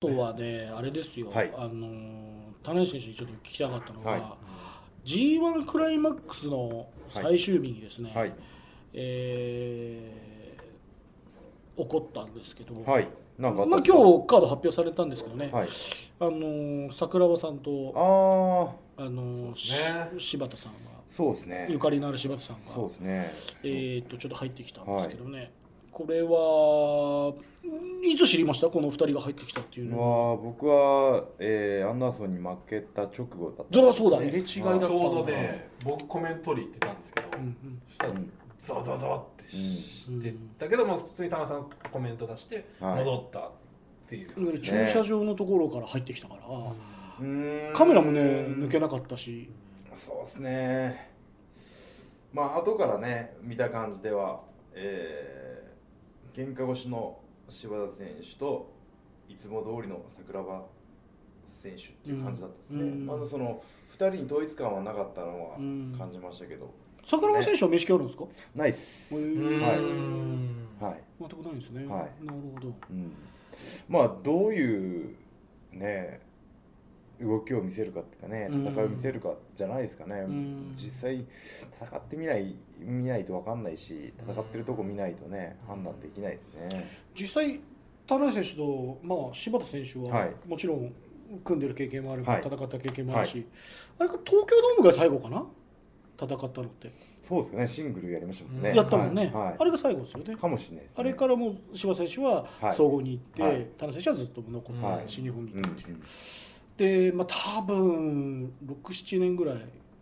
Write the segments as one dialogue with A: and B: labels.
A: 中で、あれですよ、
B: はい
A: あのー田中選手にちょっと聞きたかったのが、
B: はい
A: G1 クライマックスの最終日にですね、
B: はい
A: えー起こったんですけど、
B: はいなんかあった
A: まあ、今日カード発表されたんですけどね、
B: はい
A: あのー桜庭さんと
B: ああ
A: あのー
C: そうですね
A: し柴田さんが
B: そうですね
A: ゆかりのある柴田さんが
B: そうですね
A: えー、とちょっと入ってきたんですけどね、これはいつ知りましたこの2人が入ってきたっていうのは。
B: は僕は、えーアンダーソンに負けた直後だった
A: そりゃそうだね
B: 入れ違い
C: ち
B: だ
C: ょ
B: っ
C: う
B: た
C: どね僕コメント取り行ってたんですけど、
A: うんうん
C: そしたら
B: うん
C: ざわざわざわってしてたけど、まあ、普通に田中さんコメント出して
B: はい
C: 戻ったっていう、
A: だから駐車場のところから入ってきたから、
B: うーん
A: カメラもね抜けなかったし、
B: そうですねまあ後からね見た感じではえー、喧嘩越しの柴田選手といつも通りの桜庭選手っていう感じだったですね、
A: うん
B: まだその2人に統一感はなかったのは
A: うん
B: 感じましたけど、
A: 桜庭選手は面識あるんですか、
B: ナイス、
A: へ
C: う
A: ー
B: はい
C: ん
B: はい
A: 全くないんですね、
B: はい
A: なるほど
B: うん、まあどういうね動きを見せるかっていうかね
A: うん
B: 戦いを見せるかじゃないですかね、
A: ん
B: 実際戦ってみない見ないと分かんないし戦ってるとこ見ないとね判断できないですね、
A: 実際田中選手と、まあ、柴田選手は、
B: はい
A: もちろん組んでる経験もあれば、
B: はい
A: 戦った経験もあるし、あれか東京ドームが最後かな戦ったのって、
B: そうですかねシングルやりましたもんね、
C: うん
A: やったもんね、
B: はいはい
A: あれが最後ですよね
B: かもしれないですね
A: あれからもう柴田選手は
B: はい
A: 総合に行って、
B: はい
A: 田中選手はずっと残って、
B: はい
A: 新日本に
B: う
A: 行
B: ん
A: っ
B: う
A: て、
B: ん
A: で、まあ、多分67年ぐらい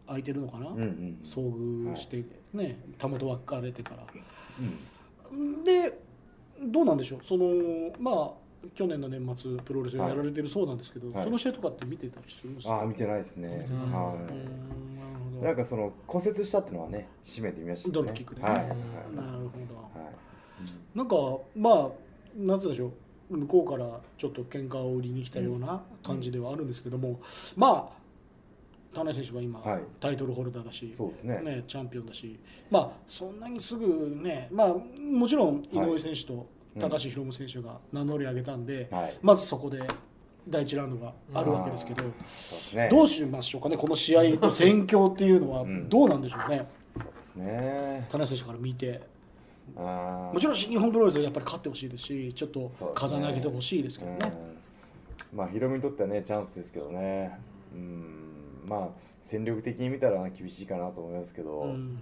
A: 空いてるのかな、
B: うんうん
A: 遭遇してねたもと分かれてから
B: うん
A: でどうなんでしょうそのまあ去年の年末プロレスを
B: はい
A: やられてるそうなんですけど、
B: はい
A: その試合とかって見てたりしてるんです
B: ああ見て
A: ない
B: ないですね
A: う、ん
B: は
A: うーんなるほ
B: い
A: ど
B: なんかその骨折したってのはね締めてみましたね
A: ドロップキックでね
B: はいはい
C: うん
A: なるほど
B: はい
A: なんかまあなんて言うんでしょう向こうからちょっと喧嘩を売りに来たような感じではあるんですけども、まあ田中選手は今、
B: はい
A: タイトルホルダーだし、
B: そうですね
A: ね、チャンピオンだし、まあ、そんなにすぐね、まあ、もちろん井上選手と
B: うん
A: 高橋宏夢選手が名乗り上げたんで、
B: はい
A: まずそこで第1ラウンドがあるわけですけど、
B: そうですね
A: どうしましょうかね、この試合の戦況っていうのは
B: うん
A: どうなんでしょうね、
B: そうですね
A: 田中選手から見て、
B: も
A: もちろん新日本プロレスはやっぱり勝ってほしいですし、ちょっと
B: そうです
A: 風
B: ね
A: 投げてほしいですけどね。
B: うんまあヒロミにとってはねチャンスですけどねうんまあ戦力的に見たら厳しいかなと思いますけど、
A: う
B: うんん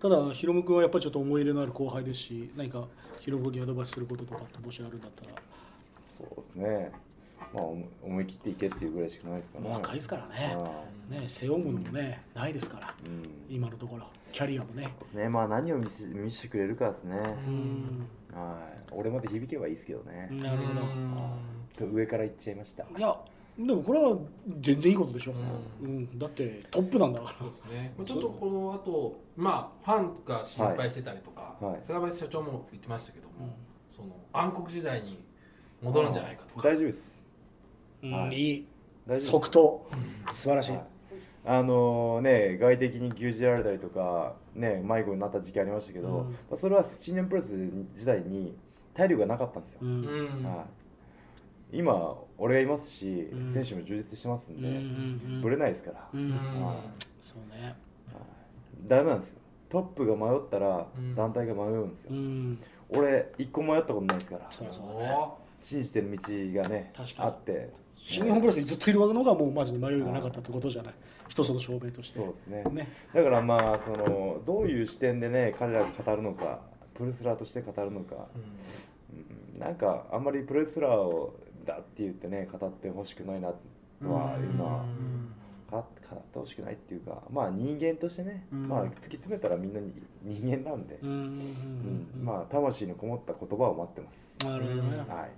A: ただ、ヒロム君はやっぱりちょっと思い入れのある後輩ですし、何かヒロム君にアドバイスすることとかって、もしあるんだったら、
B: そうですねまあ思思い切っていけっていうぐらいしかないですかね
A: 若いですからね。
B: う
A: ね、背負うものもね、ないですから、
B: んうん
A: 今のところ、キャリアもね。
B: そうですねまあ何を見せ見せてくれるかですね、
A: うん、
B: はい俺まで響けばいいですけどね、
A: なるほど。
B: と上から行っちゃいました
A: いや、でもこれは全然いいことでしょ、う
C: うん
A: だってトップなんだか
C: そうですね、ちょっとこの後、まあ、ファンが心配してたりとか、
B: はいはい
C: 菅林社長も言ってましたけども、
A: うん
C: その暗黒時代に戻るんじゃないかとか、
B: 大丈夫です
A: ら、
B: はい
A: うんいい、
B: 大丈夫
A: 即答、素晴らしい。
B: はいあのね、外敵に牛耳られたりとか、ね、迷子になった時期ありましたけど、
A: うん
B: まあそれは新年プロレス時代に体力がなかったんですよ、
A: うん
C: うん
B: はい、今俺がいますし、
A: ん
B: 選手も充実してますん
A: うんうん
B: で、
A: うん
B: ぶれないですから、
A: う
C: うん
A: ん
B: は
A: そうね、
B: ダメなんですよトップが迷ったら
C: うん
B: 団体が迷うんですよ、
A: うん、
B: 俺一個迷ったことないですから
A: そうそうだね。
C: お
B: 信じてる道がね
A: 確かに
B: あって
A: 新日本プロレスにずっといるのがもうマジで迷いがなかったってことじゃない。一つの証明として。
B: そうですね
A: ね。
B: だからまあそのどういう視点でね彼らが語るのかプロレスラーとして語るのか、うんなんかあんまりプロレスラーをだって言ってね語ってほしくないなとは
A: うん
B: 今語語ってほしくないっていうかまあ人間としてね、
A: うん
B: まあ突き詰めたらみんなに人間なんで、
A: うんうん
B: うん
A: うんうん。
B: まあ魂のこもった言葉を待ってます、
A: なるほどね。
C: うん
B: はい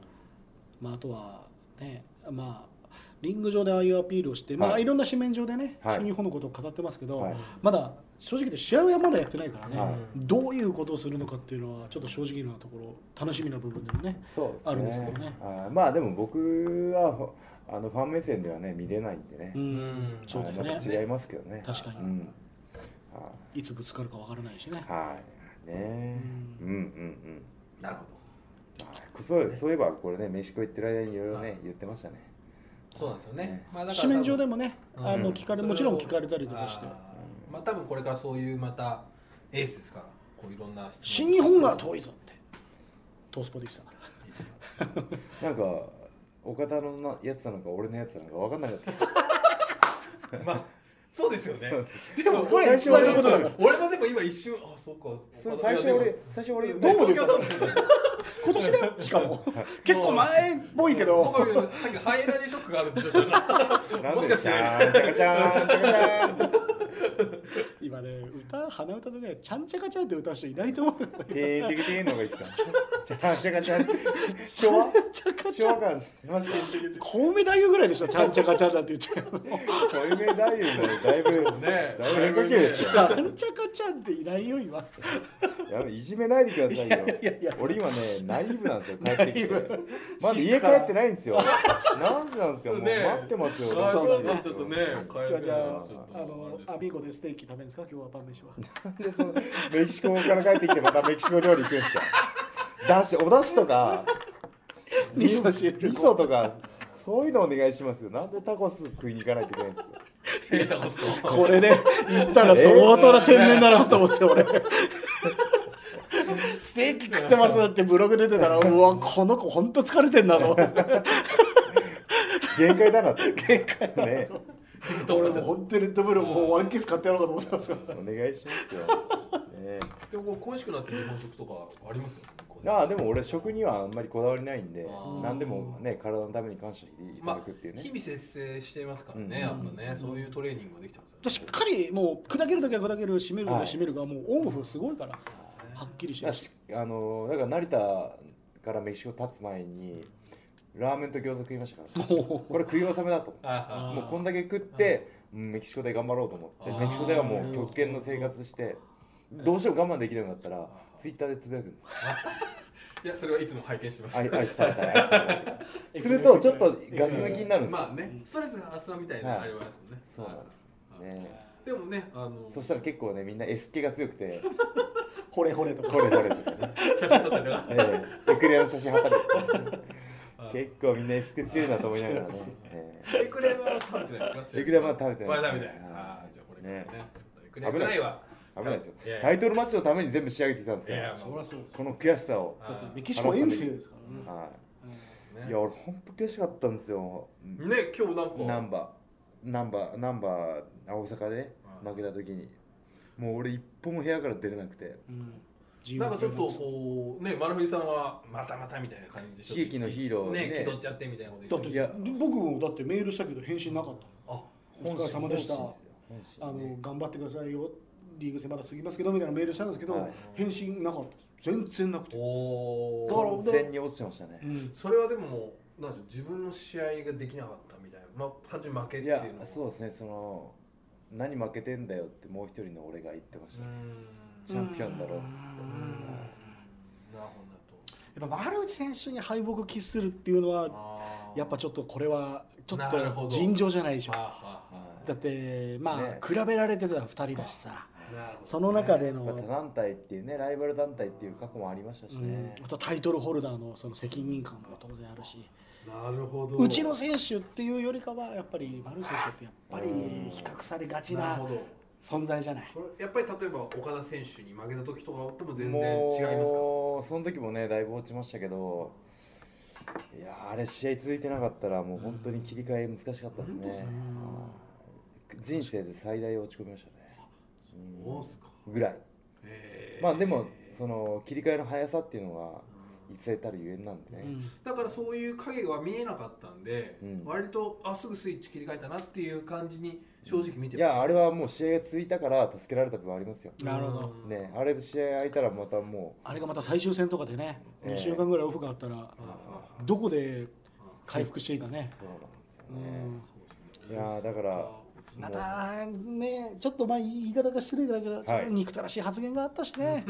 A: まあ、あとはね、まあ、リング上でああいうアピールをして、まあ、
B: はい
A: いろんな紙面上でね、
B: はい
A: 新日本のことを語ってますけど、
B: はい
A: まだ正直で試合はまだやってないからね、
B: はい
A: どういうことをするのかっていうのは、ちょっと正直なところ、楽しみな部分でもね、
B: そうですね
A: あるんですけどね
B: あーまあでも僕はほあのファン目線ではね見れないんでね、
A: うん、
C: うん
A: そうだよ
B: あーまた
A: ね、
B: 違いますけどね
A: 確かに
B: うんはい
A: つぶつかるかわからないしね
B: い、。はい、ねえ、
A: う
B: うん、うんうん
C: なるほ
B: そうそういえばこれね飯食い行ってる間にいろいろ
C: は
B: ね
C: い
B: 言ってましたね
C: そうなんですよね
B: ね。
C: まあだから
A: 紙面上でもね、
C: うん
A: あの聞かれ
C: それを
A: もちろん聞かれたりとかして
C: あーまあ多分これからそういうまたエースですから、こういろんな質問
A: 新日本が遠いぞってトースポでしたから
B: なんか岡田のなやつなのか俺のやつなのか分かんなかった
C: まあそうですよね。
B: でも
A: 俺
B: 最初俺
A: 伝えることだから
C: 俺もでも今一瞬あそうか。
B: そう最初俺最初俺
A: どう思
C: う
A: ってた今年だよ しかも結構前っぽいけど
C: 僕はさっきのハイエナにショックがあるんでちょっともしかして
B: なんでじゃーんじゃかじゃーんじゃかじゃ
A: 今ね歌鼻歌でねちゃんちゃかちゃんって歌う人いないと思う
B: ーんてーてけてーの方がいいっすかじゃーんじゃかじゃーん
A: ち
B: 昭
A: ゃ
B: 和
A: んちゃかち
B: 昭
A: ゃ
B: 和
A: ん
B: 感マジでてけて
A: 小梅太夫ぐらいでしょちゃんちゃかちゃんなんて言って
B: 小梅太夫もだいぶ
C: ね
B: だいぶ変化球ですよ
A: ちゃんちゃかちゃんっていないよ今
B: やべいじめないでくださいよ
A: やいや
B: 俺今ねナイーブなんですよ帰っ
A: ナイ
B: てきて
A: ー
B: まだ家帰ってないんですよ何時なんですかもう
C: ね
B: 待ってますよ
C: あ
A: そうだね
C: ちょっとね
A: じゃあじゃあ
C: ちょっと
A: あのアミーゴでステーキ食べるんですか今日はパン飯は
B: でそのメキシコから帰ってきてまたメキシコ料理行くんですよだしおだしとか
A: 味噌汁
B: 味噌とかそういうのお願いしますよなんでタコス食いに行かないといけないんですか
C: ヘータコスト
A: これで 言ったら相当な天然だなと思って 俺ステーキ食ってますってブログ出てたらうわこの子本当疲れてんだ ろ
B: 限界だなって限界だね
A: 俺もう本当にレッドブルもうワンケース買ってやろうかと思ってますから
B: お願いしますよ、ね
C: でもこう恋しくなって日本食とかありますよねこう
B: ああでも俺食にはあんまりこだわりないんで
C: あー
B: 何でもね体のために感謝していただ
C: ま
B: くっていう
C: あ
B: ね、
C: 日々節制してますから
B: うん
C: ねやっぱねそういうトレーニングができてますよね
A: しっかりもう砕けるだけは砕ける締めるだけは締めるが、もうオンオフすごいからはっきりして
B: だ
A: る
B: し
A: し
B: あのだから成田からメキシコ立つ前にラーメンと餃子食いましたから
A: も
B: これ食い納めだと思って
C: あ
A: ー
B: もうこんだけ食ってうんメキシコで頑張ろうと思
C: あ
B: って
C: ー
B: メキシコではもう極限の生活してどうしても我慢できなくなったらツイッターでつぶやくんです
C: いやそれはいつも拝見してます
B: あいあいつ食べたいあい つ食べたいするとちょっとガス抜きになるんですよ
C: まあねストレス発散みたいなのありますもんね
B: そうなんですよね
C: でもねあの
B: そしたら結構ねみんな S 系が強く て
A: ほれほれとか
B: これこれとかね
C: 写真撮ったりとか
B: ええエクレアの写真貼ったり
C: あ
B: 結構みんな S 系強いなと思いながらねええ
C: エクレアは食べてないですか
B: エクレアまだ食べてない
C: まだ食べてないああじゃあこれからね
B: ね
C: エクレアぐらいは
B: 危ないですよ
C: いやいや
B: タイトルマッチのために全部仕上げてきたんですけ
C: いや
B: ど
A: そりゃそうです
B: この悔しさを
C: あー
A: メキシコ遠征ですからね
B: は
C: ね
B: いいや俺ほんと悔しかったんですよ
C: ね今日なんか
B: ナンバーナンバーナンバーあ大阪で
C: うん
B: 負けた時にもう俺一歩も部屋から出れなくて
A: うん
C: なんかちょっとこうね丸藤さんはまたまたみたいな感じでしょ
B: 悲劇のヒーロー
C: ね
B: ね
C: 気取っちゃってみたいなこと
A: だ
C: 言
A: っ
C: って
A: て
B: いや
A: 僕もだってメールしたけど返信なかった
C: あ
A: お疲れ様でした
B: 本心ですよ
A: あ
B: 本
A: の
B: 心ね
A: 頑張ってくださいよリーグ戦まだ過ぎますけどみたいなメールしたんですけど、
B: はい
A: 返信なかったです全然なくて、
C: お
A: だから
C: ー
B: 完全に落ちてましたね
A: うん
C: それはでももうなんでしょう自分の試合ができなかったみたいなまあ単純に負けっ
B: い
C: ていうの
B: や
C: は
B: そうですねその何負けてんだよってもう一人の俺が言ってまし
C: うー
B: た
C: ん
B: チャンピオンだろうっつっ
C: なるほ
A: やっぱ丸内選手に敗北を喫するっていうの
C: どなと
A: は
C: あー
A: やっぱちょっとこれはちょっ
C: なるほど
A: と尋常じゃないでしょ
C: はあはあは
A: だってまあ、
B: ね
A: 比べられてた2人だしさ
C: あなるほどね
A: その中での、
B: まあ、他団体っていうねライバル団体っていう過去もありましたし
A: うん
B: ね、
A: あとタイトルホルダーのその責任感も当然あるし
C: なるほど
A: うちの選手っていうよりかはやっぱり丸内選手ってやっぱり
B: うん
A: 比較されがち
C: な
A: な
C: るほど
A: 存在じゃない
C: それやっぱり例えば岡田選手に負けた時とかとも全然違いますか
B: もうその時もねだいぶ落ちましたけどいやーあれ試合続いてなかったらもう本当に切り替え難しかったですね、はい人生で最大落ち込みましたね、
C: そうっすか
B: うんぐらい
C: へー
B: まあでもその切り替えの速さっていうのは一斉たるゆえんなんでね、
A: うん
C: だからそういう影が見えなかったんで、
B: うん
C: 割とあすぐスイッチ切り替えたなっていう感じに正直見て
B: い
C: ました
B: やあれはもう試合が続いたから助けられた部分ありますよ、
A: なるほど
C: うん
B: ねあれで試合空いたらまたも
A: あれがまた最終戦とかでね、
B: ええ
A: 2週間ぐらいオフがあったら、
C: ああ
A: どこで回復していいか
B: う
A: ね。
B: そうなんで
A: うん
B: すよね、
C: そうです
B: い
C: ね
B: やーだから
A: またね、ちょっとまあ言い方が失礼だけど、ちょっと憎たらしい発言があったしね、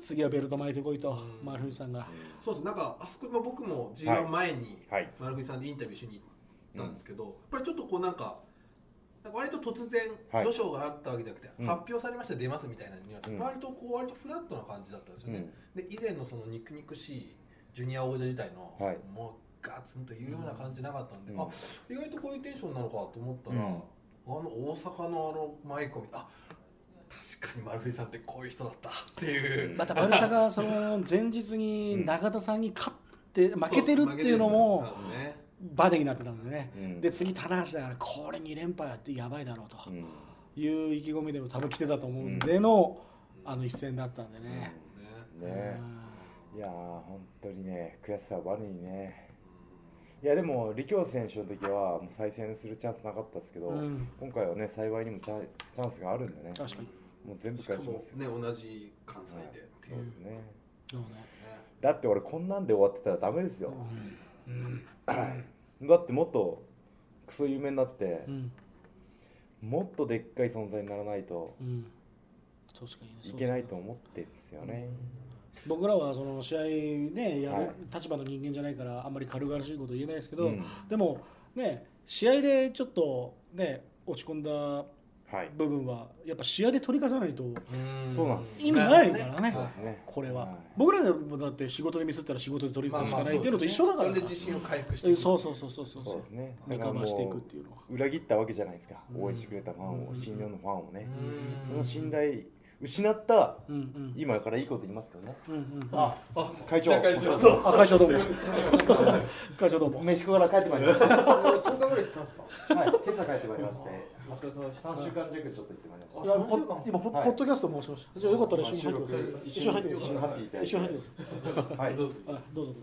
A: 次はベルト巻いてこいと
C: う、ん
A: 丸藤さんが。
C: そうですなんかあそこ、まあ、僕も
B: は
C: G1
B: い
C: 前に
B: はい
C: 丸藤さんでインタビューしに行ったんですけど、やっぱりちょっとこうなんかなんか割と突然
B: はい
C: 序章があったわけじゃなくて、
B: うん
C: 発表されました出ますみたいなニュアンス、
B: うん
C: 割とこう割とフラットな感じだったんですよね、で以前のその肉肉しいジュニア王者時代の、
B: はい
C: もうガツンというような感じなかったんで、
B: うん
C: あ意外とこういうテンションなのかと思ったら、
B: うん
C: あの大阪のあの舞子見てあ確かに丸井さんってこういう人だったっていう、
A: また丸太がその前日に中田さんに勝って負けてるっていうの
C: そ
A: も
C: う負けてるんですよ
A: バネになってたんでね、
B: うん
A: で次棚橋だからこれ2連覇やってやばいだろうと
B: うん
A: いう意気込みでも多分来てたと思うんでの、あの一戦だったんでね。
C: ねね
A: うん
B: ねいやー本当にね悔しさはバネにねいやでも李強選手の時はもう再戦するチャンスなかったですけど、
A: うん
B: 今回はね幸いにもチャチャンスがあるんでね
A: 確かに
B: もう全部
C: しか
B: 返しま
C: も
B: すよ
C: ね同じ関西で
B: はい
C: ってい
B: そううですね
A: そうね
C: ね
B: だって俺こんなんで終わってたらダメですよ、だってもっとクソ有名になって
A: う、ん
B: もっとでっかい存在にならないと
A: うん確かにね
B: いけないと
A: そうそう
B: 思ってんですよね、
A: 僕らはその試合ねやる、
B: はい
A: 立場の人間じゃないからあんまり軽々しいこと言えないですけ
B: う
A: ど、
B: ん
A: でもね試合でちょっとね落ち込んだ
B: はい
A: 部分はやっぱ試合で取り返さないと
C: うん
B: そうなんです
A: 意味ないからね
C: は
B: ね
A: これは、
B: はい
A: 僕らがだって仕事でミスったら仕事で取り
C: まあ
A: 返すし
C: ま
A: か
C: あ
A: ないっていうのと一緒だから
C: そ
A: な、
C: れで自信を回復して
A: え
C: いく
A: そうそうそうそうそう
B: そう
A: そう
B: ですね
A: リカバーしていくっていうのは
B: 裏切ったわけじゃないですか、
A: うん
B: 応援してくれたファンを、
A: うん
B: 新日本のファンをね、
C: うん
B: その信頼失ったら
A: うんうん
B: 今からいいこと言いますけどね、
A: うんうん
B: あ
C: あ
B: 会長
C: 会長
B: そう
A: あ会長どうも会長どうも
B: 飯食から帰ってまいりました、はい、
D: 10日ぐらい来たんですか
B: 今朝帰ってまいりまして
D: お疲れ様でした
B: 3週間弱ちょっと行ってまいりま
D: あ
B: し
A: いやポ
D: そうか
A: ッ今ポ
B: は
A: ッ
B: い
A: ポッドキャスト申しましたじゃあよかったら一緒に入ってくだ
B: まあ
A: さい一
B: 収録
A: 緒に入ってくだ
B: 一緒に
A: さ
B: 入っていただ
A: い
B: いて
A: 一緒に入ってくだ
B: たはい
C: どうぞ
A: さいはいどうぞどうぞ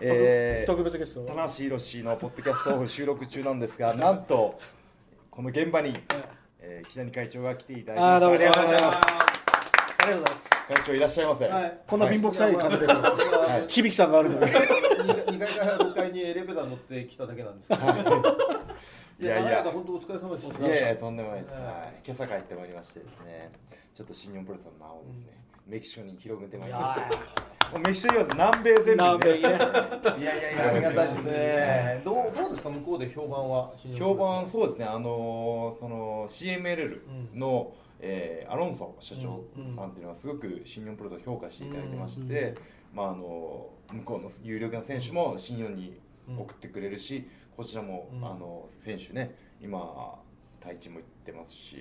B: えー
A: 特別ゲスト
B: 田橋宏のポッドキャストオフ収録中なんですがなんとこの現場に、えー、木谷会長が来ていただきま
A: あー
B: した
A: どうも
B: ありがとうございます
D: ありがとうございます
B: 会長いらっしゃいませ、
D: はい
A: こんな貧乏くさい感じで
B: はい
A: 響さんがあるので
D: 2階から5階にエレベーター乗ってきただけなんですけど、
B: いやいや
D: 長々本当お疲れ様でした。
B: いやいやとんでもないです、はい、今朝帰ってまいりましてですねちょっと新日本プロレスの名をですね、メキシコに広げてまいりましたもうメキシコ言わず南米全部、ね、
A: 南米ね
B: いやいやいや
D: ありがたいですね。どうどうですか向こうで評判は？
B: 評判そうですねあのーその CMLL の、えーアロンソ社長さんっていうのはすごく新日本プロレスを評価していただいてまして、まああのー向こうの有力な選手も新日本に送ってくれるし、こちらも、
D: うん
B: あのー選手ね今太一も行ってますし、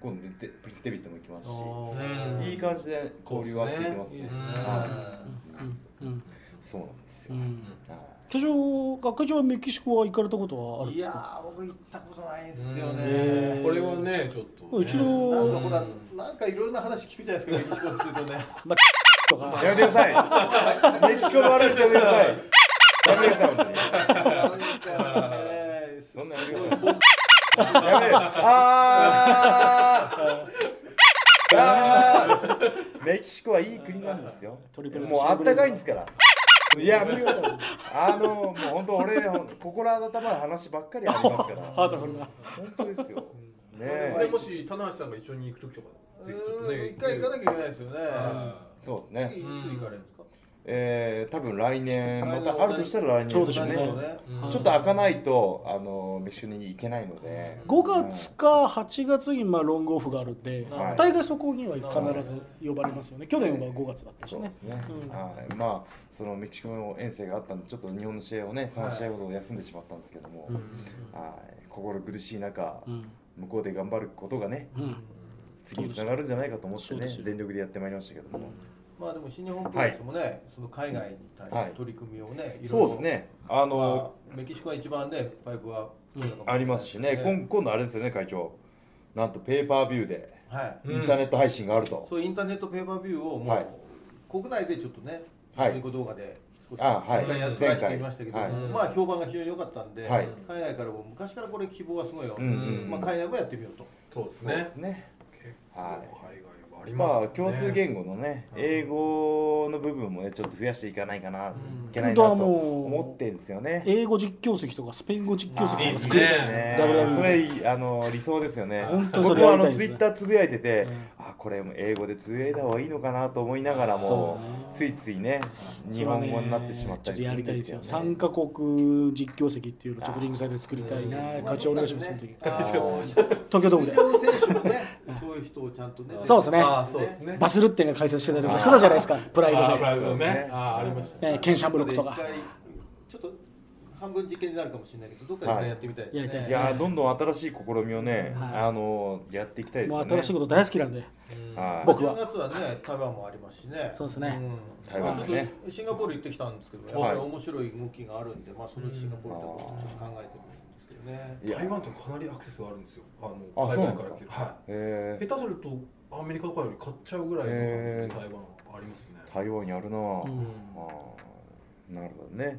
B: 今度でプリス・デビットも行きますし
C: うん
B: いい感じで交流はついてますね
C: そうですね
B: は
A: うんうん
B: いそうなんです
A: う
B: よ、
A: ん
B: はい
A: 会長学会長はメキシコは行かれたことはあるん
D: い
A: です
D: や
A: か
D: ー僕行ったことないですよ
A: へ
D: ね。
C: これはねちょっとね
A: 一度
D: なんか
A: う
D: ほらなんかいろんな話聞くじゃないですかメキシコっていうとね。
A: とか
B: やめてください。メキシコの悪口やめてください。やめてください、本
D: なんかね
B: 当に。そんなやめて
D: す
B: く
D: ご
B: だ
D: い
B: さい。やめて。あーあーメキシコはいい国なんですよ。
A: トリプル
B: もうあったかいんですから。いや、無理だあの、もう本当、俺、心温まる話ばっかりありますから。
A: ハートフルな
B: 本当ですよ。ね
C: これ
B: え。
C: もし棚橋さんが一緒に行く時とかぜひちょっと
D: うん
C: ね
D: 一回行かなきゃいけないですよね。
B: そうです
D: 次
B: ね。
D: いつ行かれるんですか？
B: えー、多分来年、またあるとしたら来年
A: そうでしょう
D: な
A: ね
D: るほどね。
C: うん
B: ちょっと開かないと、あの、メキシコに行けないので。
A: 5月か8月にまあロングオフがあるんで、
B: はい
A: 大概そこには必ず呼ばれますよね、去年は5月だったし
B: そうで
A: ね。
B: すね、
A: うん
B: はい、まあそのメキシコの遠征があったんでちょっと日本の試合をね3試合ほど休んでしまったんですけども、はい、心苦しい中、
A: うん
B: 向こうで頑張ることがね
A: うん
B: 次につながるんじゃないかと思って
A: そうで
B: ね
A: すよ
B: 全力でやってまいりましたけども、
D: まあでも新日本プロレスもね、その海外に対す
B: はい
D: る取り組みをね、いろいろ
B: そうです。ねあ
D: ま
B: の、
D: あ、メキシコが一番ね、パイプは普通だかもしれない
B: ありますしね、今今度あれですよね会長なんとペーパービューで
D: はい。
B: インターネット配信があると、
D: そういうインターネットペーパービューをもう、
B: はい
D: 国内でちょっとね、
B: はい
D: ニコ動画で少し
B: あはい
D: 一回やって
B: 前回
D: してみましたけど、
B: はい
D: まあ評判が非常に良かったんで、
B: はい
D: 海外からも昔からこれ希望がすごいよ。
B: うんうんうん
D: まあ海外もやってみようと。
C: そうです
B: そうで
C: ね
B: すね
C: 結構
B: は
C: 海
B: い
C: 外はあり
B: ま
C: ますから
B: あ
C: ね
B: 共通言語のね、英語の部分もねちょっと増やしていかないかな、いけないなと
A: 本当はもう
B: 思ってんですよね。
A: 英語実況席とかスペイン語実況席
C: い
A: と
C: いで
A: か
C: す
A: 作る
C: ね
B: ね
A: WWE
B: それあの理想ですよね
A: 本。当にそ
B: 僕
A: れや
B: はあ
A: りたいです
B: のツイ
A: ね
B: ッターつぶやいてて、
A: うん
B: あこれも英語で通えた方がいいのかなと思いながらも
A: そ
B: つ
A: う
B: いついね日本語になってしまった
A: り、ちょっとやりたいですよ。
B: するん
A: 三
B: です
A: カ国実況席っていうのをちょっとリングサイドで作りたい
C: は
A: な。
C: い
A: 課長お願いします。その時
D: あ
A: 東
D: の
A: 京ドーム
D: 出
A: で。
D: 場選手もね、 そういう人をちゃんとね。
A: そうですね
C: ああ、そうですね。
A: バスルッテンが解説してたりとかしてたじゃない ですか。プライ
C: ああ
A: ド
C: プ
A: で。
C: ライド
B: そうです
C: ね
B: ね。
C: ああ、ありました。
A: ねケンシャンブロックとか
D: 一回ちょっと半分実験になるかもしれないけど、どっかで一
B: はい
D: 回やってみたいですね。
A: やりたいで
B: い
A: すね
B: やーどんどん新しい試みをね、
A: はい
B: あのーやっていきたいです
A: も
B: よ
A: う
B: ね。
A: 新しいこと大好きなんで。
B: はい
A: 僕は
D: 10月はね、台湾もありますしね。
A: そうですね
D: ん
B: 台湾もね
D: まあちょっとシンガポール行ってきたんですけど、やっぱり面白い動きがあるんで、まあそのシンガポールでもちょっと考えてみるんですけどね。
B: いや
C: 台湾とかかなりアクセスがあるんですよ。あ
B: あ
C: の、海
B: そうなんです
C: 外から
B: か
C: 来てる。は
B: え
C: い。下手すると、アメリカとかより買っちゃうぐらいの
B: へえ
C: 感じで台湾はありますね。
B: ー台湾やるなぁ、
A: うん
B: あーなるほどね。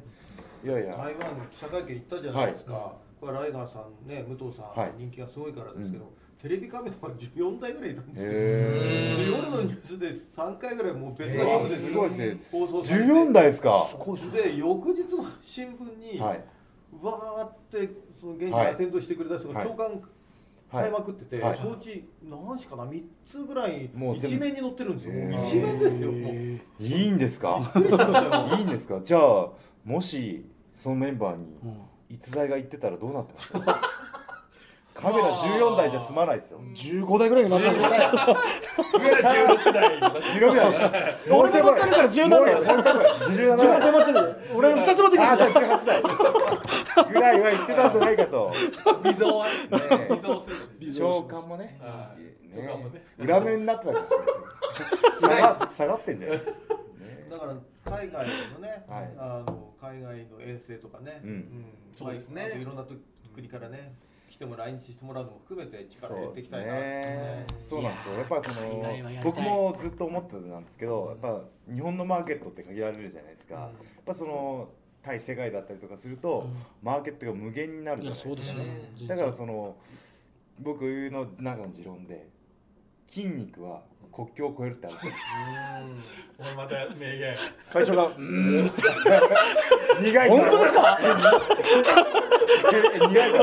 B: いやいや、
D: 台湾記者会見行ったじゃないですか、これはライガーさんね武藤さん、
B: はい
D: 人気がすごいからですけど、テレビカメラが14台ぐらいいたんですよ、
B: へ
D: で
C: ー
D: 夜のニュースで3回ぐらいもう別
B: え
D: の
C: うわ
D: 局です
B: ごいですね。
D: 放送されて
B: 14台ですか。
D: で翌日の新聞に、
B: はい。
D: わーってその現地に
B: はい
D: アテンドしてくれた人が
B: はい
D: 長官
B: は
D: 買
B: い
D: いまくってて、
B: はい
D: そのうち何しかな3つぐらい
B: もう全部
D: 一面に載ってるんですよ、
B: へー
D: 一面ですよもう
A: へ
B: いいんですか。
D: びっくりしたんですよ
B: いいんですか。じゃあもしそのメンバーに
A: ーうん
B: 逸材が行ってたらどうなってましたか。カメラ14台じゃ済まないですよ。
A: 15台ぐらいになってますね。
C: 上は十 六 台とか。
B: 16台。
A: 俺が乗ってるから17台。
B: 乗れ
A: 17
B: 17台。
A: 台待ちで。俺2つ持ってきま
B: あ
A: し
B: じゃ
A: た
B: あ。18台ぐらいは言ってたんじゃないかと
C: 微増はね
B: ね。
C: 微増する。
A: 微増
B: 長官もね
C: はい
B: ね
C: 長官もね
B: 裏目になってたかもしれない下が下がってんじゃないですかね
D: だから海外のね、
B: はい
D: あの海外の遠征とかね、
B: うん
C: そうですね
D: まああといろんなと国からね、来ても来日してもらうのも含めて力を入
B: そ
D: れ
B: う
D: て
B: で
D: いき
B: す
D: たいな。
B: ね
D: うん
B: そうなんですよやっぱりそ
A: いやー海外はや
B: の
A: りたい
B: 僕もずっと思ってたんですけどやっぱ日本のマーケットって限られるじゃないですかやっぱその対世界だったりとかすると
A: うん
B: マーケットが無限になる
A: い
B: じ
A: や
B: ゃないです
A: そう
B: か
A: ですよ
C: う。
B: だからその僕の中の持論で筋肉は国境を越えるってある
C: これまた名言。
A: 会長が
B: 苦い
A: 本当ですか？
B: 苦いか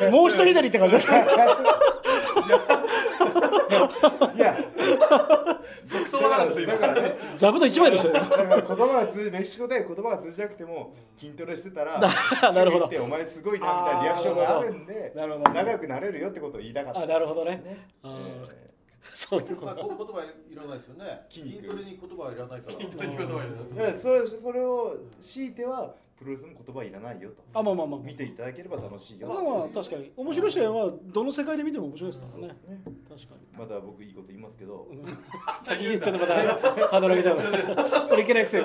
B: ら
A: もう一左って感じですか？
B: いや
C: 即答なんですよ。
B: だ
C: 今
B: からね
A: 座布団一枚でしたよ。
B: だから言葉が通メキシコで言葉が通じなくても筋トレしてた ら
A: ななるほど
B: チリってお前すごいなみたいなリアクションがあるんで
A: なるほど
B: 仲良くなれるよってことを言いたかった
A: あ、なるほどね。あー
B: えー
A: そういうこ
D: まあ、
A: と
D: こう言葉いらないですよね。
B: 筋肉
D: トレに言葉はいらないから。
C: 筋トレに言葉はいらないです
B: だからそれそれを強いてはプロレスの言葉いらないよと
A: あまあまあまあ
B: 見ていただければ楽しいよ
A: まあまあ確かに面白い試合はどの世界で見ても面白いですからね。確か
B: まだ僕いいこと言いますけど
A: に。先に言っちゃってまたハードル上げ ちゃうの。これいけないくせに。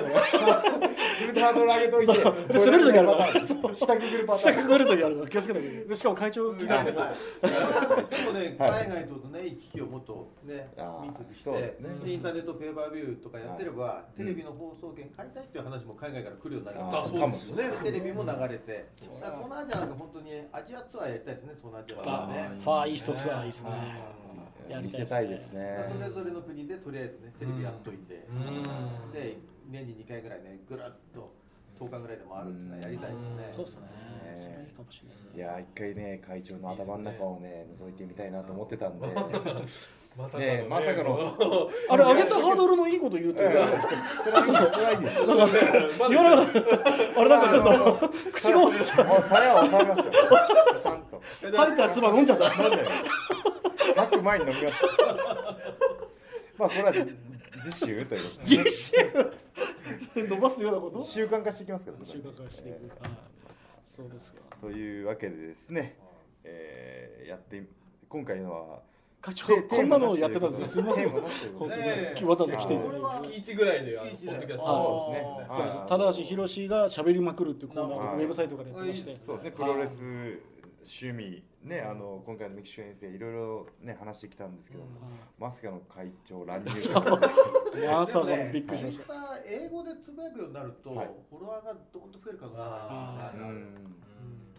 B: 自分でハードル上げといて
A: そうで滑る時あるから
B: こうやってやるパターン下くぐるパタ
A: 下
B: ー
A: く
B: ン
A: ぐる時あるから気をつけなきゃいけない。しかも会長気になってる。
D: でもね、
B: はい
D: 海外とのね、行き来をもっとね
B: あ、ー
D: 密にし
B: そうで
D: て、
B: す
D: インターネットペーパービューとかやってれば、テレビの放送権買いたいっていう話も海外から来るようになるから
B: あーかもしれない
D: テレビも流れて、だから東南アジアなんか本当にアジアツアーやりたいですね、東南アジア
A: あ
D: はね。
A: ファーイーストツアーいいですね。
B: いや見せたいですね
D: まあそれぞれの国でとりあえずねテレビやっといて、
C: うん
D: で年に2回ぐらいねぐらっと10日ぐらいで回るっていうのはやりたいです
A: そう
D: ね
A: で。すね。それいいかもしれないです
B: い
A: ね。
B: やー一回ね会長の頭の中をね覗いてみたいなと思ってたんでね
C: まさかの
B: え
C: ね。
B: まさかの
A: あれ上げたハードルのいいこと言うと。
B: それは辛いですよ
A: 言わなかった。あれなんかちょっと口が
B: もう さやを抑えましたよシャンと
A: 入ったつば飲んじゃった。
B: なんだよ吐く前に飲みましたまあこれは次週ということで
A: 実 習伸ばすようなこと
B: 習慣化していきますからね
A: 習慣化していく、はいそうですか
B: というわけでですね、えー、やって今回のは
A: 課長
B: テ
A: こんなのをやってたんですよすみません
B: テーマなしということで
A: 本
D: ね
A: 当にわざわざ来ていただい
D: これ
A: て
D: は
C: 月一ぐらいであの
D: 月一
C: ポッドキャスト
B: そうですね
D: あ
A: そうです
B: はい
A: 高橋宏が喋りまくるっていうコーナー
B: は
A: を
B: い
A: ウェブサイトからやってまして
D: はい
B: そうですね、プ
A: はい
B: ロレス趣味、ね、あの今回のメキシコ遠征、いろいろね、話してきたんですけども、まさかの会 長乱入。
A: はい朝の
D: でもね
A: びっくりしました
D: ツイッター英語でつぶやくようになると、
B: はい
D: フォロワーがどんどん増える可能性があ
B: う
D: るんですよね。
B: ん
C: うん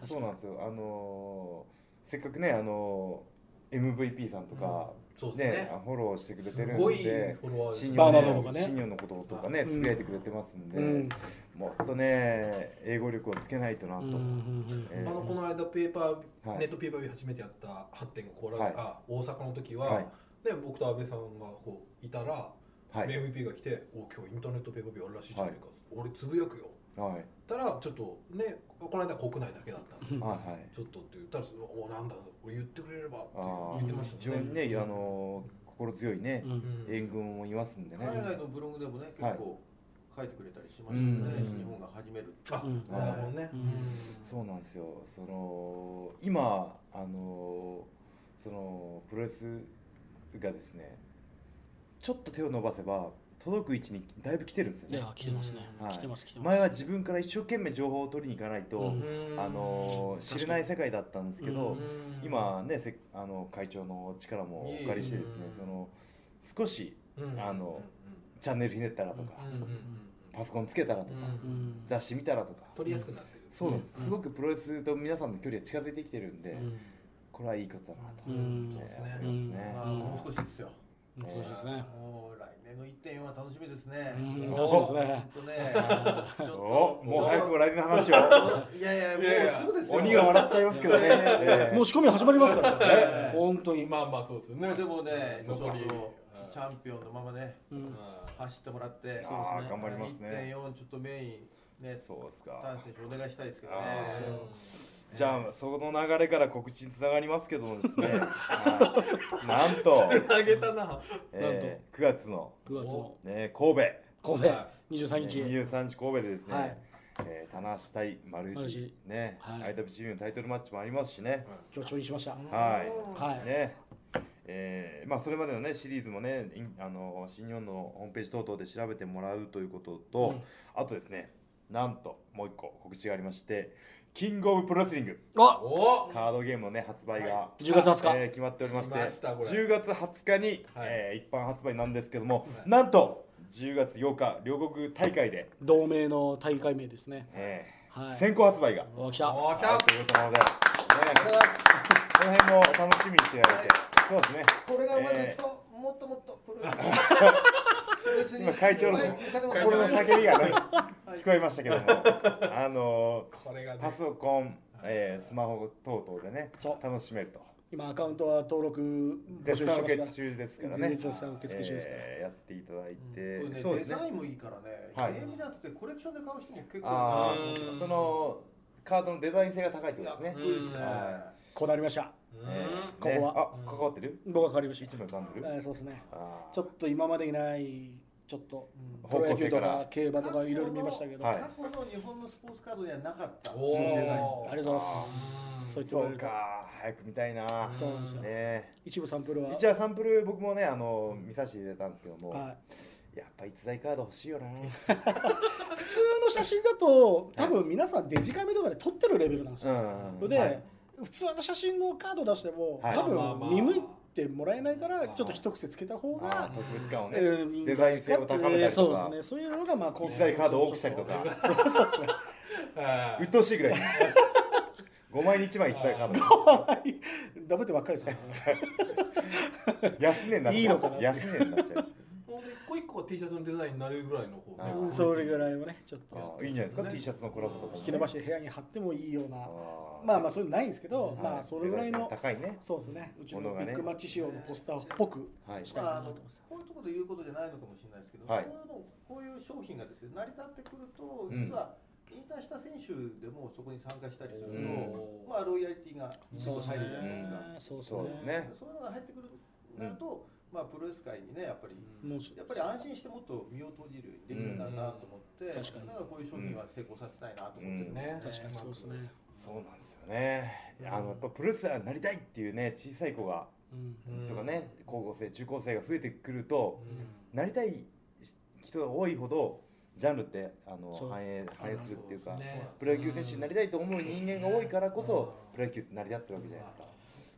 A: 確
B: そう
A: か
B: なんですよ、あのーせっかくね、あのー MVP さんとか、
C: そう
B: ね
C: ですね。
B: フォローしてくれて
C: す
B: る
C: ごい
B: んで、
C: フォロワーです
B: 新
C: ね
B: 日
A: バ
B: 本
A: ーナードと
B: の
A: かね
B: 新日本のこととかね、
A: うん
B: つぶやいてくれてますんで、
A: うん
B: もっとね、英語力をつけないとな
A: う
B: と。
A: んうんうん
B: えー
C: あのこの間ペーパー、
B: はい
C: ネットペーパービュー初めてやった8.5コーラ、
B: はい
C: あ大阪の時は、
B: はい
C: で僕と安倍さんがこういたら、
B: はい
C: MVP が来て「お今日インターネットペーパービューあるらしいじゃないか」
B: は
C: 俺つぶやくよ」
B: はい
C: たらちょっとねこの間国内だけだったんで
B: はいはい
C: ちょっとって言ったら「おなんだ俺言ってくれれば」って
B: ああ
C: 言ってまし
B: 非
C: た
B: 常
C: ね
B: にね、あの心強いね、
C: うん
B: 援軍もいますんでね。
D: 海外のブログでもね、結
B: はい
D: 構書いてくれたりしましたよね、
B: うん
D: 日本が始めるって。
C: あ
A: うん
C: なるほどね
A: うん
C: う
B: そうなんですよ。その今あのそのプロレスがですね、ちょっと手を伸ばせば届く位置にだいぶ来てるんですよ
A: い
B: ね
A: や。来てますね、
C: うん
B: はい
A: 来てます来てます
B: 前は自分から一生懸命情報を取りに行かないと、
A: うん
B: あの知れない世界だったんですけど、
C: うん
B: 今ねせあの会長の力もお借りしてですね
C: うん、
B: その少し
C: うん
B: あのチャンネルひねったらとか
C: うん、うんうんうん
B: パソコンつけたらとか、
C: うん
A: うん
B: 雑誌見たらとか、
C: 取りやすくなってる
B: そうなんです、
A: うん
B: すごくプロレスと皆さんの距離が近づいてきてるんで、
C: うん
B: これはいいことだなと
A: う
B: 思
A: ん
B: って
A: そうで
B: やっ
A: す
B: て
C: ね
B: ます
A: う
B: ね
A: ん
D: まあ、もう少しですよ。
A: そうですね
D: もう来年の1.4は楽しみですね。
A: うん
D: お
A: 楽しみですね
D: ほんとね。ちょっと
B: おもう早く来年の 話を
D: いやいや、も
C: いやいや
D: うすぐですよ。
B: 鬼が笑っちゃいますけどね、
D: いやい
B: ええ
A: もう仕込み始まりますからね
D: ええ
A: 本当に
C: まあまあそうですよ
D: も
C: ね
D: うでもね、ちょっと
C: 残り
D: チャンピオンのままね、
A: うん
D: 走ってもらって、
A: そうですね
B: あー頑張りますね
D: 1.4ちょっとメインね、
B: そうです
D: タ
B: か
D: ン選手お願いしたいですけど
B: あ
D: ね。
B: ーじゃあその流れから告知につながりますけどもで すねはいなんと、
C: 投げたな
B: ええ9月の、
A: 9月の
B: ね、神戸
A: 神戸23日、
B: 23日神戸でですね、
A: はい
B: えー、棚橋対丸
A: 丸
B: 石
A: 石、
B: ね
A: はい
B: IWGP のタイトルマッチもありますしね、
A: 今日調理しました、
B: はい
A: はい
B: ねえーまあ、それまでの、ね、シリーズもねインあの新日本のホームページ等々で調べてもらうということと、あとですねなんともう一個告知がありましてキングオブプロレスリング
A: あ
C: お
B: カードゲームの、ね、発売が、
A: 10月20日、
B: えー決まっておりまして
C: 来ましたこれ
B: 10月20日に、
C: はい
B: えー一般発売なんですけども、
C: はい
B: なんと10月8日両国大会で、
A: 同盟の大会名ですね
B: えー
A: はい
B: 先行発売が
A: お来
C: お
A: た
C: ーキャ
B: あ
C: ン
B: ということなので、ね、この辺もお楽しみにしていただいて、そうですね、
E: これが生まれていくと、もっともっとプロレスプロレスに
B: 今会長の
E: はい勝てます
B: 心の叫びがね、聞こえましたけども、あの
C: これ
B: ー
C: がね
B: パソコン、えースマホ等々でね
A: そ、う
B: 楽しめると。
A: 今アカウントは登録募
B: 絶
A: 集してます
B: 賛受
A: が
B: け中ですからね。
A: 絶賛受付中ですから
B: えーやっていただい
D: これね
B: て、そう
D: デ
B: です
D: ザイ
B: ね。
D: ンもいいからね、
B: はい
D: ゲームじゃなくてコレクションで買う人も結構いる
B: あ
D: か
C: う
B: あ、
C: ん
B: そのカードのデザイン性が高いって
D: ら
B: ことですね
D: いやかっこ。いいですね。
B: は
A: こだわりました
C: うん
B: え
A: こ
B: ー
A: こ
B: ね
A: は
B: あ、関わってる？
A: 僕は変わりまし
B: 一
A: た、
B: 枚噛んで
A: え
B: る？
A: ーそうですね
B: あー
A: ちょっと今までにないちょっと
D: うん
A: プロ野球と
B: 方向性から
A: か競馬とかいろいろ見ましたけど、
B: はい
D: 過去の日本のスポーツカードにはなかった
C: おー
D: 新デザインです
A: あ
D: ね
A: りがとうございますそう言っても
B: そ
A: らえ
B: う
A: ると
B: か、早く見たいな。
A: そうなんですよ、
B: ね
A: 一部サンプルは
B: 一応サンプル僕もねあの見させていただいたんですけども、
A: はい
B: やっぱ逸材カード欲しいよな
A: 普通の写真だと多分皆さんデジカメとかで撮ってるレベルなんですよ、
B: うん
A: で、
B: はい
A: 普通の写真のカード出しても、
B: はい
A: 多
C: まあまあ
A: 分見向いてもらえないからちょっと一癖つけた方
B: あ
A: が
B: ー、特別感をね、
A: えーいいんじ
B: デ
A: ゃな
B: ザ
A: い
B: イン
A: か
B: 性を高めた
A: えー
B: り
A: そう
B: と
A: で
B: か
A: す、ねそういうのがまあこう
B: 逸材カードを多くしたりとか
A: そうそうですね
C: は
B: 鬱陶しいぐらい5枚に1枚逸材カー
A: はいダブってばっかりですからね
B: ド安値になっちゃう
A: いいのかな
B: 安値にな っちゃう
C: ほんと一個一個が T シャツのデザインになるぐらいのこう
B: あ
C: ね
B: ー
C: クオリティ
A: それぐらいはねちょっ
B: あ
A: と
B: ーいいんじゃないですか、
C: ね
B: T シャツのコラボとかも、ね、
A: 引き伸ばして部屋に貼ってもいいような
B: あー
A: まあまあそういうのないんですけど、
B: はい
A: まあそれぐらいの
B: デザイン性高いね
A: そうですねうちのビ
B: ものがね
A: ッグマッチ仕様のポスターっぽく
B: はい
A: したい
D: ま
A: な
D: あ、あ
A: と
D: の
A: 思ってます
D: こういうところで言うことじゃないのかもしれないですけど、
B: はい
D: こういうのこういう商品がですね成り立ってくると、
B: うん
D: 実は引退した選手でもそこに参加したりすると、
B: うん
D: まあ、ロイヤリティが一
A: そう
D: 部
A: です
D: 入
A: ね
D: るじゃないですか。
A: そうです
B: そうですね
A: ね
D: そういうのが入ってくるなると、まあ、プロレス界にねやっぱり、
A: もうちょ
D: やっぱり安心してもっと身を投じるようにできるかなと思って、
A: ん確かに
D: なんかこういう商品は成功させたいなと思って、
B: うん
C: ね
A: 確かにそうですね、
B: そうなんですよねあのやっぱプロレスラーになりたいっていうね小さい子が
A: うん
C: うん
B: とかね高校生中高生が増えてくると、
C: うん
B: なりたい人が多いほどジャンルってあの
A: そう
B: 反映反映するっていうか
C: そうですね
B: プロ野球選手になりたいと思う人間が多いからこそプロ野球って成り立ってるわけじゃないですか。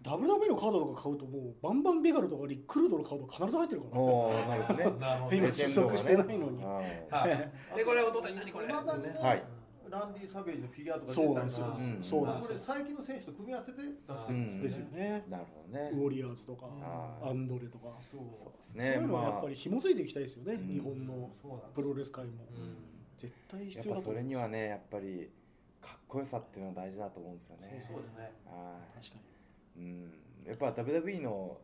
A: WW のカードとか買うともうバンバンビガルとかリックルードのカード必ず入ってるからね
B: おーなるほどね。
C: なるほど
A: 今
C: ね
A: 就職してないのに
B: はい
C: はいでこれお父さんに何これ
D: まだね、
B: はい
D: ランディ・サベージのフィギュアとか
A: そうなんですよ、
B: うん
A: そうなんです
D: こ
A: よ
D: れ、最近の選手と組み合わせて出して
B: う
D: る
B: ん
A: ですよね
B: なるほど
A: ウ
B: ね。
A: ォリアーズとか
B: はい
A: アンドレとか
D: そう
B: そうです
A: そうい
B: ね。
A: うのはやっ
B: ま
A: ぱり紐づいていきたいですよね、
B: ん
A: 日本の
D: そうなんです
A: プロレス界も、
C: うん
A: 絶対
B: あやっ
A: 必要だ
B: ぱ
A: と
B: そ
A: 思
B: れ
A: うんです
B: に
A: よ
B: はねやっぱりかっこよさっていうのは大事だと思うんですよね。
D: そうですね
B: はい
A: 確かに
B: うんやっぱ WWE の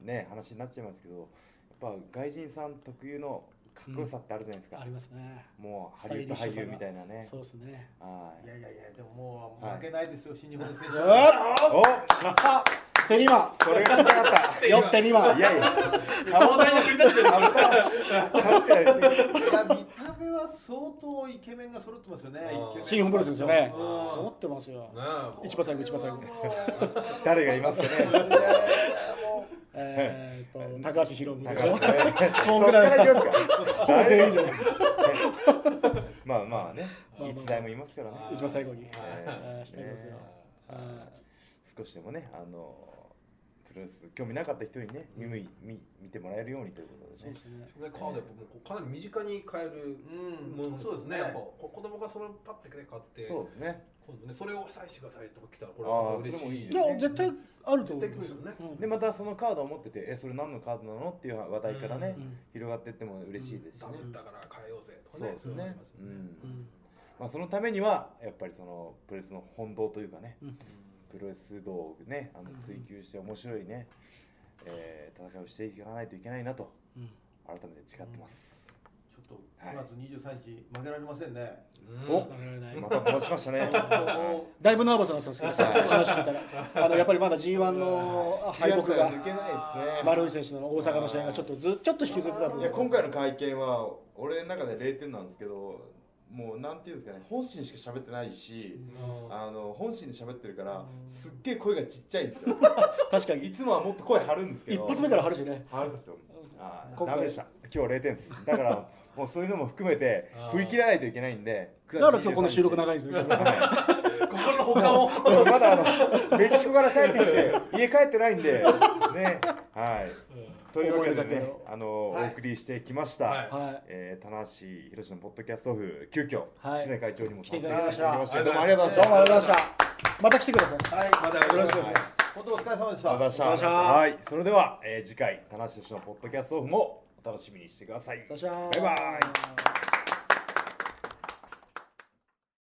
B: ね話になっちゃいますけどやっぱ外人さん特有のかっこよさってあるじゃないですか、
A: ありますね
B: もうハリウッド俳優みたいなね
A: そうですね
B: はいい
D: いやいやいやでももう
B: はい
D: 負けないですよ、新日本選手
B: お
A: テリマ
B: それが知りたかっ
A: よってリマ
B: たいやいや
C: 壮大な振りだった
B: かぶってないですね
D: いや見た目は相当イケメンが揃ってますよね
C: うん
D: イケメン
A: 新日本プロレスですよね
C: うん
A: 揃ってますよ
C: ね
A: 一番最後一番最後
B: 誰がい ますかね
E: もう
A: えーっと高橋宏
B: な
A: 美
B: ん
A: で
B: か
A: しょ
B: それ
A: そんぐらい
B: そっから行きます
A: ほ
B: か
A: ぼ全員以上
B: まあまあね
A: まあまあ
B: いつ代もいますからね
A: 一番最後に
B: えー
A: えーしておりますよは
B: 少しでもねあのプロレス興味なかった人にね見見見見てもらえるようにということ
A: い
B: で
A: そう
B: ね
A: ですね
C: カードやっぱもうかなり身近に買える
D: う
C: も
D: ん
C: の
D: そうですね
C: やっぱこ子供がそれをパッてね買って
B: そうですね
C: 今度ねそれをサインしてくださいとか来たらこれ
B: あー
C: また嬉し
B: それもい
C: い
B: い
A: いや絶対あると思い
C: 絶対来
A: ま
C: る
A: す
C: よね
A: うん
B: でまたそのカードを持ってて「えそれ何のカードなの?」っていう話題からね、
A: うん
B: 広がっていっても嬉しいですし
C: ダ
B: ね、
C: メだから変えようぜとか
B: そう
C: ね
B: ですねう
C: いのありますよね
B: んまあ、そのためにはやっぱりそのプロレスの本道というかねプロレス道をねあの
A: うん
B: 追求して面白いね、えー戦いをしていかないといけないなと
A: うん
B: 改めて誓ってます、
D: ちょっと
B: はい
D: 9月23日負けられませんね
C: うん
B: お
A: 負けられない
B: また戻し ましたね
D: もう
A: だいぶナーバスになってたんですけどさっき話聞いたらあのやっぱりまだ G1 の敗北が
B: 気安 抜けないですね
A: 丸井選手の大阪の試合がちょっとずちょっと引きずってた部
B: い
A: 分
B: や今回の会見は俺の中で0点なんですけどもうなんていうんですかね本心しか喋ってないし、
C: うん
B: あの本心で喋ってるからすっげえ声がちっちゃいんです よ
A: 確か
B: い
A: に
B: つもはもっと声張るんですけ
A: 一
B: ど
A: 発目から張るしね
B: 張るんですよあー
A: 今回
B: ダメでした今日0点ですだからもうそういうのも含めて
C: あー
B: 振り切らないといけないんで
A: だから今日この収録
B: い
A: 長いんですよ
C: 心の保管を
B: まだあのメキシコから帰ってきて家帰ってないんでねはいというわけで
A: 覚えるだけ
B: ね
A: を
B: あの、
E: はい
B: お送りしてきました、
C: はい
A: はい
B: えー、棚橋宏のポッドキャストオフ急遽、
A: はい
B: 木根会長にも
A: 来ていただきました
B: どうもありがとうございました
A: どうもありがとうございましたまた来てください
E: はい
C: まだよ
A: よろしくお
C: ま
A: 願いします
D: 本当お疲れ様でし
B: ありがとうご
D: た
B: ざいました
A: あ
B: はいそれでは、えー、次回棚橋宏のポッドキャストオフもお楽しみにしてください
A: さよなら
B: バイバイ